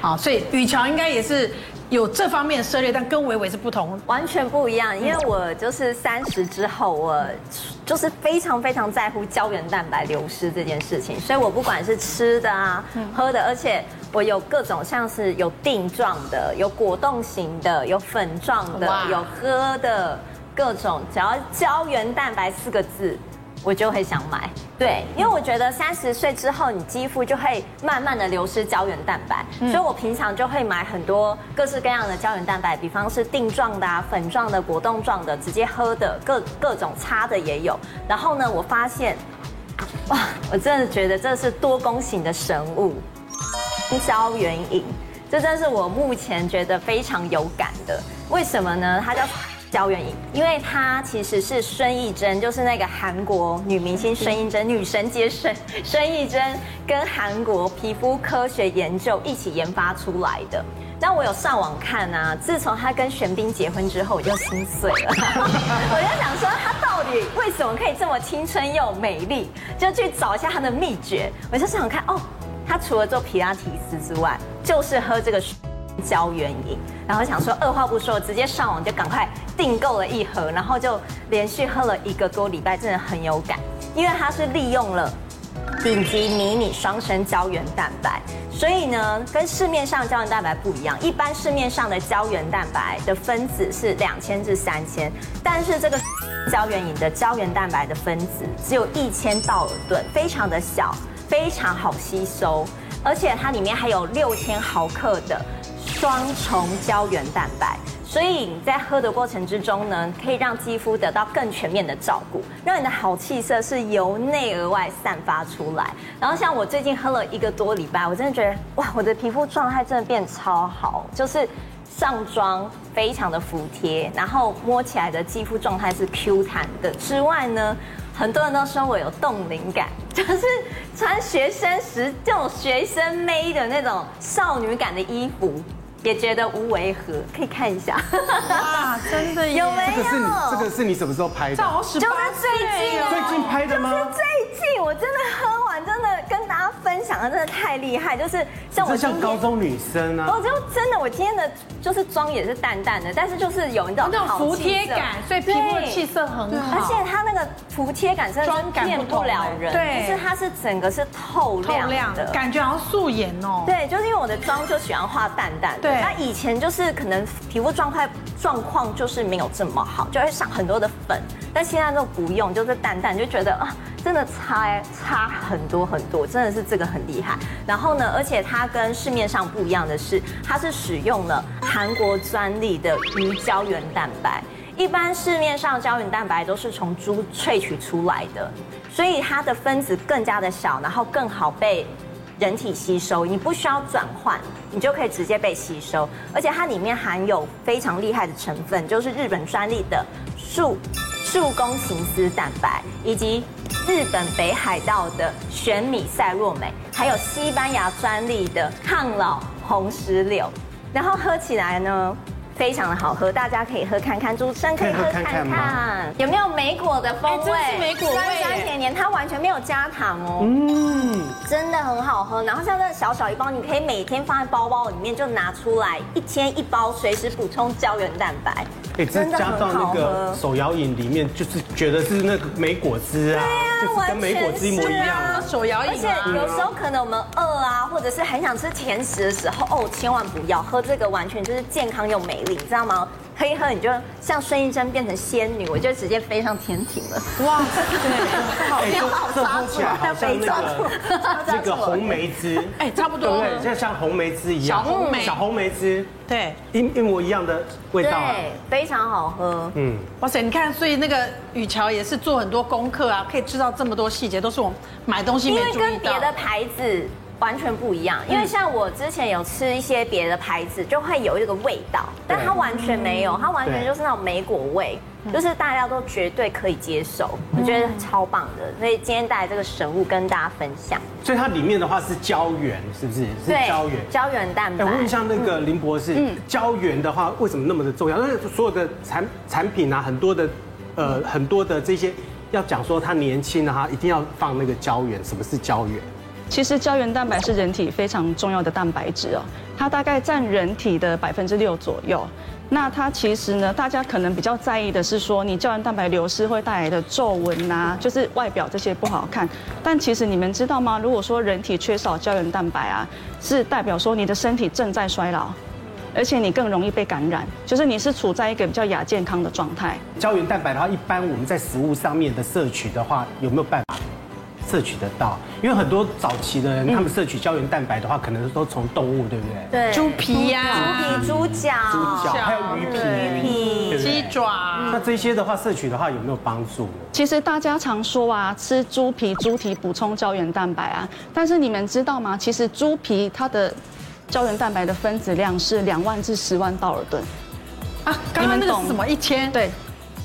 好，所以雨乔应该也是有这方面的涉猎，但跟伟伟是不 同。完全不一样，因为我就是三十之后，我就是非常非常在乎胶原蛋白流失这件事情，所以我不管是吃的啊、喝的，而且我有各种像是有定状的、有果冻型的、有粉状的哇、有喝的各种，只要胶原蛋白四个字。我就会想买，对，因为我觉得三十岁之后，你肌肤就会慢慢的流失胶原蛋白，所以我平常就会买很多各式各样的胶原蛋白，比方是定状的啊、粉状的、果冻状的、直接喝的，各各种擦的也有。然后呢，我发现，哇，我真的觉得这是多功型的神物，胶原饮，这真是我目前觉得非常有感的。为什么呢？它叫胶原饮，因为它其实是孙艺珍，就是那个韩国女明星孙艺珍，女神接生孙 艺珍跟韩国皮肤科学研究一起研发出来的。那我有上网看啊，自从她跟玄彬结婚之后，我就心碎了。 我就想说，她到底为什么可以这么青春又美丽？就去找一下她的秘诀。我就想看哦，他除了做皮拉提斯之外，就是喝这个胶原饮，然后想说二话不说，直接上网就赶快订购了一盒，然后就连续喝了一个多礼拜，真的很有感，因为它是利用了。顶级迷你双生胶原蛋白。所以呢，跟市面上胶原蛋白不一样，一般市面上的胶原蛋白的分子是两千至三千，但是这个 胶原饮的胶原蛋白的分子只有一千道尔顿，非常的小，非常好吸收，而且它里面还有六千毫克的双重胶原蛋白。所以你在喝的过程之中呢，可以让肌肤得到更全面的照顾，让你的好气色是由内而外散发出来。然后像我最近喝了一个多礼拜，我真的觉得哇，我的皮肤状态真的变超好，就是上妆非常的服帖，然后摸起来的肌肤状态是 Q 弹的。之外呢，很多人都说我有冻龄感， 就是穿学生时这种学生妹的那种少女感的衣服。也觉得无违和，可以看一下， 哇，真的有没这个是你这个是你什么时候拍赵的？十就八是最近啊最近拍的吗？最近我真的喝完，真的跟大家分享的，真的太厉害，就是像我这今像天哦高。中女生啊我。就真的，我今天的就是妆也是淡淡的，但是就是有那种哦那种好服帖气色感，所以皮肤的对气色很好，而且它那个服帖感真的妆是感不骗不同了哎人，对就是它是整个是透透亮亮的，，感觉好像素颜哦。对，就是因为我的妆就喜欢化淡淡对的。那以前就是可能皮肤状态状况就是没有这么好，就会上很多的粉，但现在都不用，就是淡淡就觉得啊，真的差差很多很多，真的是这个很厉害。然后呢，而且它跟市面上不一样的是，它是使用了韩国专利的鱼胶原蛋白。一般市面上胶原蛋白都是从猪萃取出来的，所以它的分子更加的小，然后更好被人体吸收，你不需要转换，你就可以直接被吸收。而且它里面含有非常厉害的成分，就是日本专利的树树公行丝蛋白，以及日本北海道的玄米赛若美，还有西班牙专利的抗老红石榴。然后喝起来呢，非常的好喝，大家可以喝看看，主持人可以可以喝喝看看看看吗有没有莓果的风味，哎真是莓果味酸酸耶甜甜，它完全没有加糖哦。嗯，真的很好喝。然后像这小小一包，你可以每天放在包包里面就拿出来，一天一包，随时补充胶原蛋白。哎，这真加到那的很好个喝手摇饮里面，就是觉得是那个莓果汁啊，就是跟莓果汁一模一完样全啊。是手摇饮啊而且有时候可能我们饿啊，或者是很想吃甜食的时候，哦，千万不要喝这个，完全就是健康又美丽，你知道吗？喝一喝你就像孙艺珍变成仙女，我就直接飞上天庭了。哇，好哎，像啊好这这抓喝住起来好了，像被那抓住个了，抓这住个了红梅汁，哎，差不对不多对？了。像像红梅汁一样，小红梅小红梅汁，对，一一模一样的味道啊。对，非常好喝。嗯，哇塞，你看，所以那个雨乔也是做很多功课啊，可以知道这么多细节，都是我们买东西没因为注意跟别到。的牌子完全不一样，因嗯为像我之前有吃一些别的牌子，就会有一个味道，但它完全没嗯有，它完全对就是那种莓果味，就是大家都绝对可以接受，我觉得嗯超棒的。所以今天带来这个神物跟大家分享，所以它里面的话是胶原，是不是？是胶原。胶原蛋哎，白我。问一下那个林博士，胶原的话为什么那么的重要？因为所有的产产品啊，很多的，呃，啊很多的这些要讲说它年轻的哈，一定要放那个胶原。什么是胶原？其实胶原蛋白是人体非常重要的蛋白质哦，它大概占人体的百分之六左右。那它其实呢，大家可能比较在意的是说，你胶原蛋白流失会带来的皱纹呐，就是外表这些不好看。但其实你们知道吗？如果说人体缺少胶原蛋白啊，是代表说你的身体正在衰老，而且你更容易被感染，就是你是处在一个比较亚健康的状态。胶原蛋白的话，一般我们在食物上面的摄取的话，有没有办法摄取得到？因为很多早期的人，他们摄取胶原蛋白的话，可能都从动物，对不对？对，猪皮呀、啊皮、猪脚、猪脚还有啊鱼皮，鱼皮对不对鸡。爪，嗯那这些的话，摄取的话有没有帮助？其实大家常说啊，吃猪皮、猪蹄补充胶原蛋白啊，但是你们知道吗？其实猪皮它的胶原蛋白的分子量是两万至十万道尔顿。啊，刚刚那个你们懂是什么？一千？对，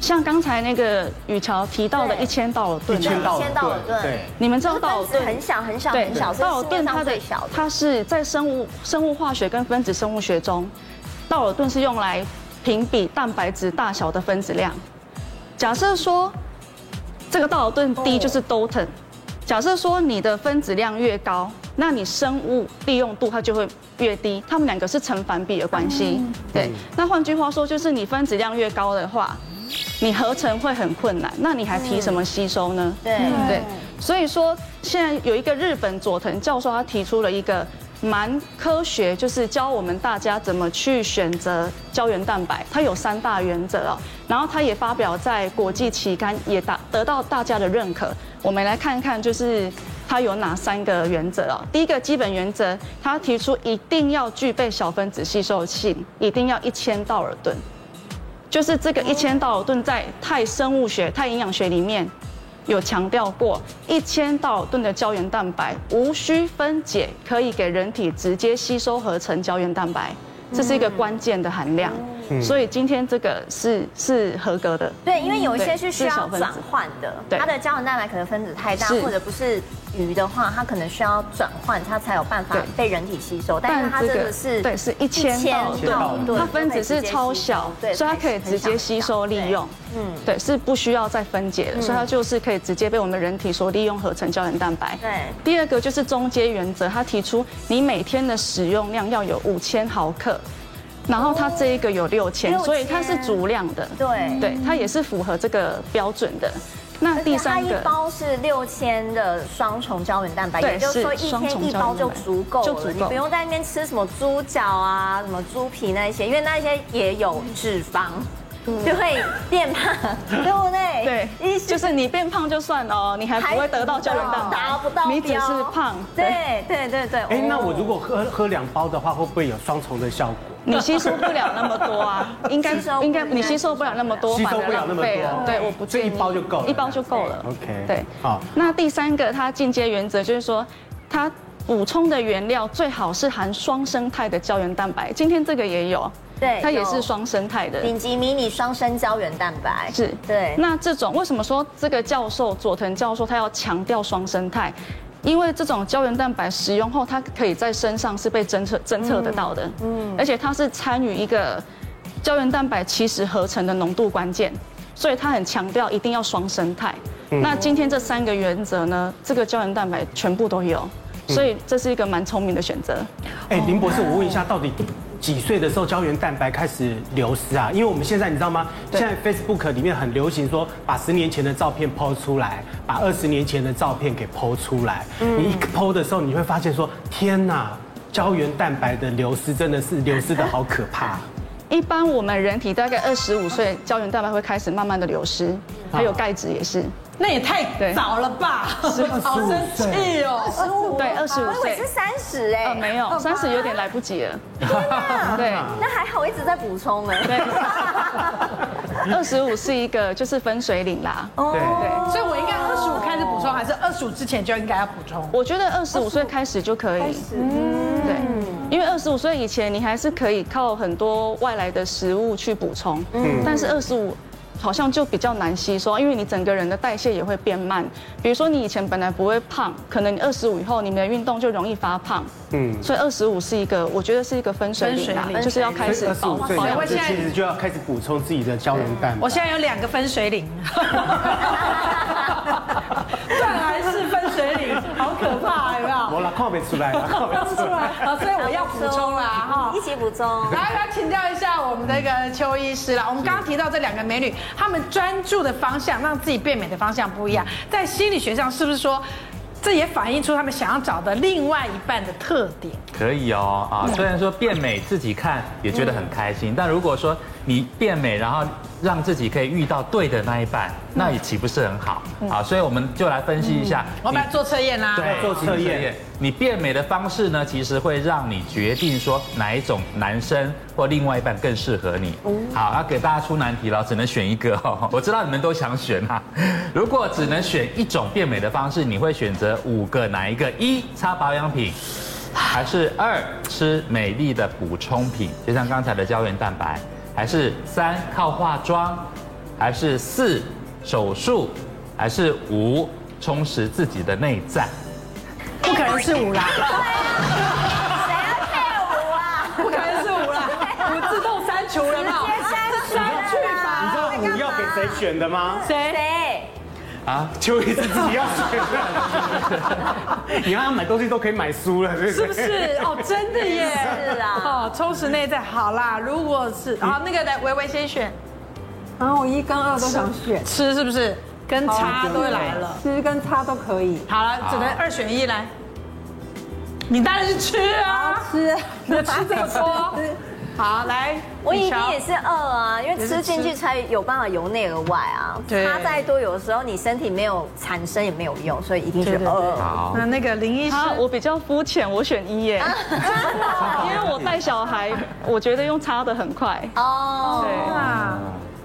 像刚才那个雨乔提到的对一千道尔顿一千啊，道先到尔耳顿顿，对，你们知这道个道尔分子顿很小很小对，很小，是道世尔界顿它上的最小的。它是在生物生物化学跟分子生物学中，道尔顿是用来评比蛋白质大小的分子量。假设说这个道尔顿哦低就是 Dalton，、假设说你的分子量越高，那你生物利用度它就会越低，它们两个是成反比的关系。哦对，那换句话说就是你分子量越高的话，你合成会很困难，那你还提什么吸收呢？嗯对，嗯对，所以说现在有一个日本佐藤教授，他提出了一个蛮科学，就是教我们大家怎么去选择胶原蛋白。它有三大原则哦，然后他也发表在国际期刊，也达得到大家的认可。我们来看看，就是它有哪三个原则哦。第一个基本原则，他提出一定要具备小分子吸收性，一定要一千道尔顿。就是这个一千道尔顿在太生物学、太营养学里面有强调过，一千道尔顿的胶原蛋白无需分解，可以给人体直接吸收合成胶原蛋白，这是一个关键的含量。所以今天这个是是合格的。嗯对，因为有一些是需对是要小分子转换的，对它的胶原蛋白可能分子太大，是或者不是鱼的话，它可能需要转换，它才有办法对被人体吸收。但是它这个是对是一千道尔1000道尔顿，顿它分子是超小，对所以它可以直接吸收利用。嗯，对，是不需要再分解的，所嗯以它就是可以直接被我们人体所利用合成胶原蛋白。对第二个就是中阶原则，它提出你每天的使用量要有五千毫克，然后它这一个有六千， 6000所以它是足量的。对对，它也是符合这个标准的。那而且第它三一个。包是六千的双重胶原蛋白，对也就是说是一双天重一胶原包蛋就白足够就足了，够你不用在那边吃什么猪脚啊、什么猪皮那一些，因为那些也有脂肪，就会变胖，对不对？嗯 对一，就是你变胖就算了哦，你还不会得到胶原蛋白，达不到标你只是胖，对对对对。哎，那我哦如果喝喝两包的话，会不会有双重的效果？你吸收不了那么多啊，应该吸收不应该了你吸收不了那么多，吸收不反了而那浪么费了多，。对，我不这建一议包就够了，一包就够了。 OK 对，好那第三个，它进阶原则就是说，它补充的原料最好是含双生态的胶原蛋白，今天这个也有，对它也是有双生态的。顶级迷你双生胶原蛋白是，对。那这种为什么说这个教授佐藤教授他要强调双生态？因为这种胶原蛋白使用后，它可以在身上是被侦测侦测得到的，嗯，而且它是参与一个胶原蛋白其实合成的浓度关键，所以它很强调一定要双生态。那今天这三个原则呢，这个胶原蛋白全部都有，所以这是一个蛮聪明的选择。哎，哦林博士，我问一下，到底几岁的时候胶原蛋白开始流失啊？因为我们现在你知道吗？对现在 Facebook 里面很流行说，把十年前的照片剖出来，把二十年前的照片给剖出来。嗯你一剖的时候，你会发现说，天哪！胶原蛋白的流失真的是流失的好可怕，一般我们人体大概二十五岁，胶原蛋白会开始慢慢的流失，还有钙质也是。那也太对早了吧！ 好生气哦。十五对25我以为岁是三十哎，呃，没有，三十有点来不及了。对，啊那还好，我一直在补充哎。对二十五是一个就是分水岭啦。哦哦对。所以我应该二十五开始补充，还是二十五之前就应该要补充？我觉得二十五岁开始嗯就可以，对，因为二十五岁以前你还是可以靠很多外来的食物去补充，但是二十五。好像就比较难吸收，因为你整个人的代谢也会变慢。比如说你以前本来不会胖，可能你二十五以后你没有运动就容易发胖，嗯，所以二十五是一个，我觉得是一个分水岭啦分水，岭就是要开始二十保五岁保这样养哦我子现在其实就要开始补充自己的胶原蛋白。我现在有两个分水 岭，断崖式分水岭，好可怕，有没有？我了，靠背出来了， 靠背看不出出来。来，好，所以我要补充啦哈一。起补充。来来，请教一下我们的一个邱医师啦。我们刚刚提到这两个美女，她们专注的方向，让自己变美的方向不一样，在心理学上是不是说，这也反映出她们想要找的另外一半的特点？可以哦啊，嗯虽然说变美自己看也觉得很开心，但如果说你变美，然后让自己可以遇到对的那一半，那也岂不是很好啊？所以我们就来分析一下，嗯我们来你做测验啦。对做测验。你变美的方式呢，其实会让你决定说哪一种男生或另外一半更适合你。哦好，要给大家出难题了，只能选一个哦。 我知道你们都想选啊。如果只能选一种变美的方式，你会选择五个哪一个？一擦保养品，还是二吃美丽的补充品，就像刚才的胶原蛋白，还是三靠化妆，还是四手术，还是五充实自己的内在？不可能是五啦，谁要跳舞啊？不可能是五啦，五自动删除了嘛直接删除了删去你吧。知道五要给谁选的吗？谁？谁？啊， 邱医师自己要选的。 你让他买东西都可以买书了，是是不？是？哦，真的耶。是啊哦，充实内在，好啦。如果是啊，那个的微微先选然后我一跟二都想选，吃，是不是？哦跟叉都来了。吃跟叉都可以。好了，只能二选一来。你当然是吃啊，吃，你吃这么多。好，来，我一以定也前是饿啊，因为吃进去才有办法由内而外啊。对差再多，有时候你身体没有产生也没有用，所以一定是对对对饿。好，那那个林医师，啊，我比较肤浅，我选一耶， 因为我带小孩，我觉得用擦的很快。哦，对，啊，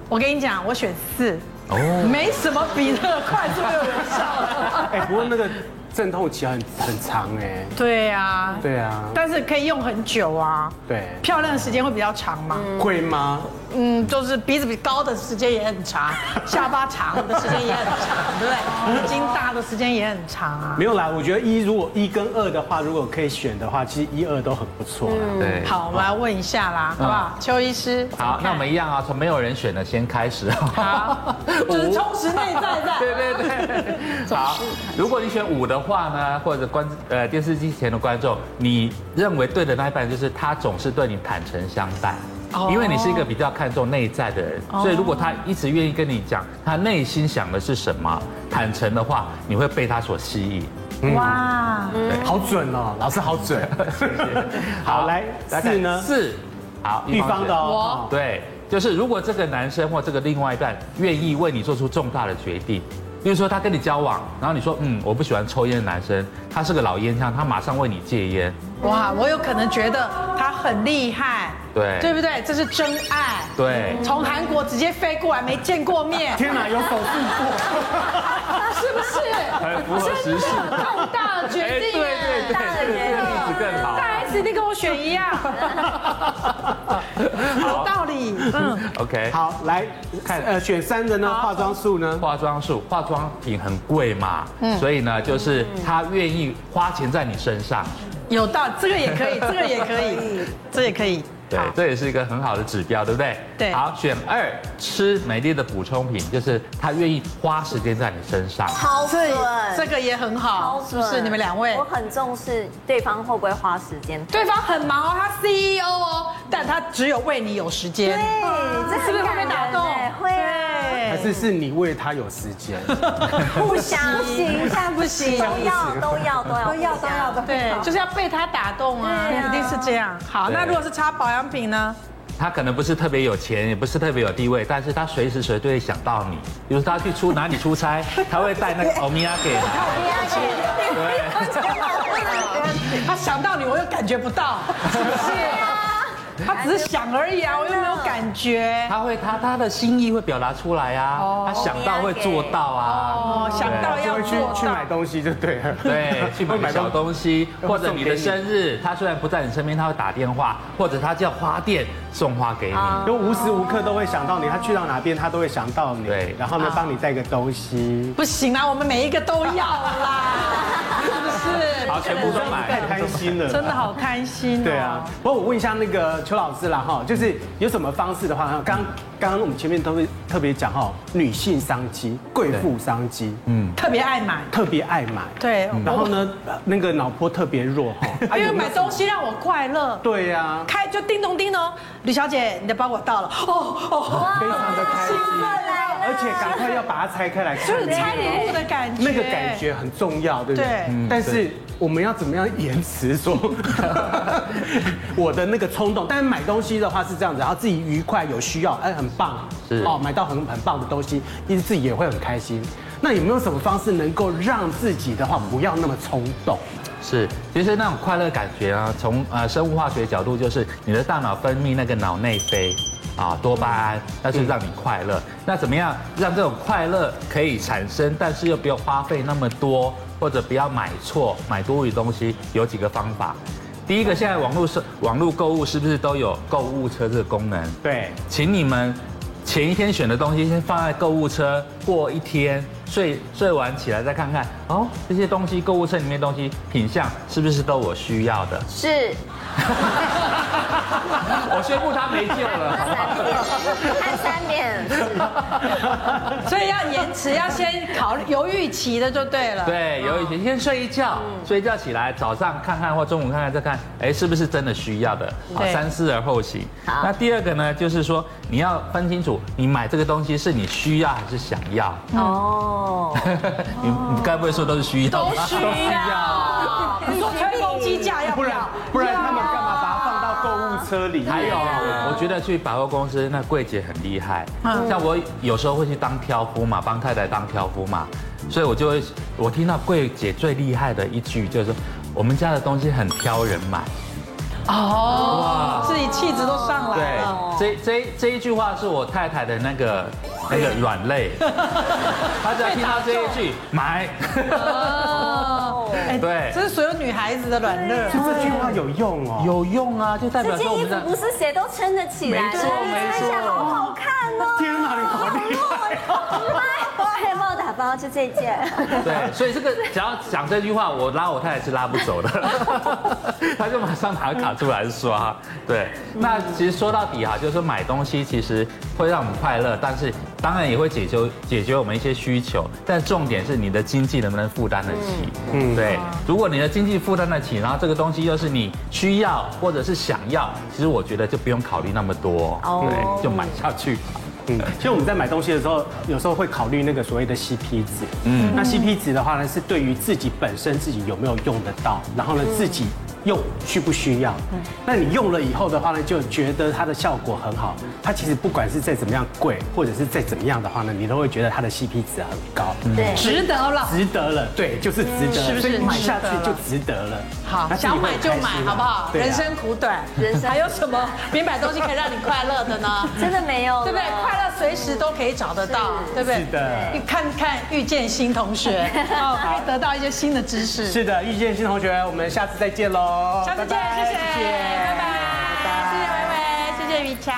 我跟你讲，我选四，哦，没什么比那个快速又有效 了。 哎，不过那个阵痛期很很长哎。对啊，对啊，但是可以用很久啊。对，漂亮的时间会比较长嘛，会吗？嗯，就是鼻子比高的时间也很 长，下巴长的时间也很长，对不对？眼睛大的时间也很长啊。没有啦，我觉得一如果一跟二的话，如果可以选的话，其实一二都很不错啦。对，。好，我来问一下啦，好不好？邱医师，好，那我们一样啊，从没有人选的先开始。好就是充实内在的。 对对对，好。如果你选五的话呢，或者观呃电视机前的观众，你认为对的那一半就是他总是对你坦诚相待哦，因为你是一个比较看重内在的人，所以如果他一直愿意跟你讲他内心想的是什么，坦诚的话，你会被他所吸引。嗯哇，好准哦，老师好准。好，来四看呢？四，好，地方选的哦。对，就是如果这个男生或这个另外一半愿意为你做出重大的决定，比如说他跟你交往，然后你说嗯我不喜欢抽烟的男生，他是个老烟枪，他马上为你戒烟，哇，我有可能觉得他很厉害，对对不对？这是真爱。对，从韩国直接飞过来，没见过面， 天哪，有手术是不是？很符合实事。重大的决定哎对耶对！大人对，这人个例子更好。大 S 一定跟我选一样，有道理。嗯，过。OK，好，来看呃选三的呢，化妆术呢？化妆术、化妆品很贵嘛，所以呢，就是他愿意花钱在你身上，有道，这个也可 以，这个也可以，这也可以。对，这也是一个很好的指标，对不对？对好，选二，吃美丽的补充品，就是他愿意花时间在你身上。超准这，这个也很好超，是准，不是？你们两位我，很重视对方会不会花时间。对方很忙哦，他 CEO 哦，但他只有为你有时间。这哎是不是会被打动？会啊，对还是是你为他有时间？互相不行，但不行都要都要都要都要都要都要。对，就是要被他打动啊，对啊一定是这样。好，对那如果是擦保养品呢？他可能不是特别有钱，也不是特别有地位，但是他随时随地会想到你。比如说他去出哪里出差，他会带那个欧米亚给来。他想到你，我又感觉不到，是不是？他只是想而已啊，我又没有感觉。他会他他的心意会表达出来啊，他想到会做到啊。哦，想到就要会去做去买到。东西就对了。对，去买 会个小东西，或者你的生日，他虽然不在你身边，他会打电话，或者他叫花店送花给你。就无时无刻都会想到你，他去到哪边他都会想到你，对然后呢帮你带个东西，不行啊，我们每一个都要啦，是不是？对好，全部都太买。贪心了，真的好贪心哦。对啊，不过我问一下那个邱老师啦哈，就是有什么方式的话，刚刚刚我们前面都会特别讲哈，女性商机、贵妇商机，嗯，特别爱买。特别爱买，对嗯然后呢，那个脑波特别弱哈，啊因为有没买有东西让我快乐，对呀，开就叮咚叮咚，吕小姐，你的包裹到了，哦哦，非常的开心，而且赶快要把它拆开来看，就是拆礼物的感觉，那个感觉很重要，对不对对？嗯但是我们要怎么样延迟说 我的那个冲动？但是买东西的话是这样子，然后自己愉快有需要，哎，很棒，是哦，买到很很棒的东西，因为自己也会很开心。那有没有什么方式能够让自己的话不要那么冲动？是，其实那种快乐感觉啊，从呃生物化学角度，就是你的大脑分泌那个脑内啡。啊，多巴胺，那是让你快乐。那怎么样让这种快乐可以产生，但是又不要花费那么多，或者不要买错、买多余东西？有几个方法。第一个，现在网络是网络购物是不是都有购物车这个功能？对，请你们前一天选的东西先放在购物车，过一天睡睡完起来再看看哦，这些东西购物车里面的东西品相是不是都我需 要的？是，我宣布他没救了，好不好？看三遍，所以要延迟，要先考虑犹豫期的就对了。，对，有一些先睡一觉，睡一觉起来，早上看看或中午看看再看，哎，是不是真的需要的？嗯好，对三思而后行。好那第二个呢，就是说你要分清楚，你买这个东西是你需要还是想要？哦，你你该不会说都是需要吧？都需要。你说吹风机架要不不然要？不然他们干嘛把它放到购物车里？还有，我觉得去百货公司那柜姐很厉害，像我有时候会去当挑夫嘛，帮太太当挑夫嘛，所以我就会，我听到柜姐最厉害的一句就是说，我们家的东西很挑人买。哦，自己气质都上来对了。，这这这一句话是我太太的那个那个软肋，她只要听到这一句买，呃哦，哎 对这是所有女孩子的软肋。就哎这句话有用哦。有用啊，就代这表说件我衣们服的不是谁都撑得起来的，没错你穿一没下错好好看哦。哎天啊哪，你好厉害！我还帮我打包，就这件。对，所以这个只要讲这句话，我拉我太太是拉不走的，她就马上拿卡出来刷。对，那其实说到底哈、就是说买东西其实会让我们快乐，但是当然也会解决解决我们一些需求，但重点是你的经济能不能负担得起。嗯，对，如果你的经济负担得起，然后这个东西又是你需要或者是想要，其实我觉得就不用考虑那么多，哦对，就买下去。嗯，其实我们在买东西的时候，有时候会考虑那个所谓的 CP 值。嗯，那 CP 值的话呢，是对于自己本身自己有没有用得到，然后呢自己用需不需要。嗯那你用了以后的话呢，就觉得它的效果很好。它其实不管是再怎么样贵，或者是再怎么样的话呢，你都会觉得它的 CP 值啊很高。对，值得了，值得了，对，就是值得，是不是所以买下去值得了就值得了。好，那自己想会买很就开买心，啊好不好？对啊人生苦短，人 生还有什么别买东西可以让你快乐的呢？真的没有了，对不对？快乐随时都可以找得到，对不对？是的你看看遇见新同学，哦，可以得到一些新的知识。是的，遇见新同学，我们下次再见喽。下次见，拜拜谢谢，拜拜，谢谢维维，谢谢于谦。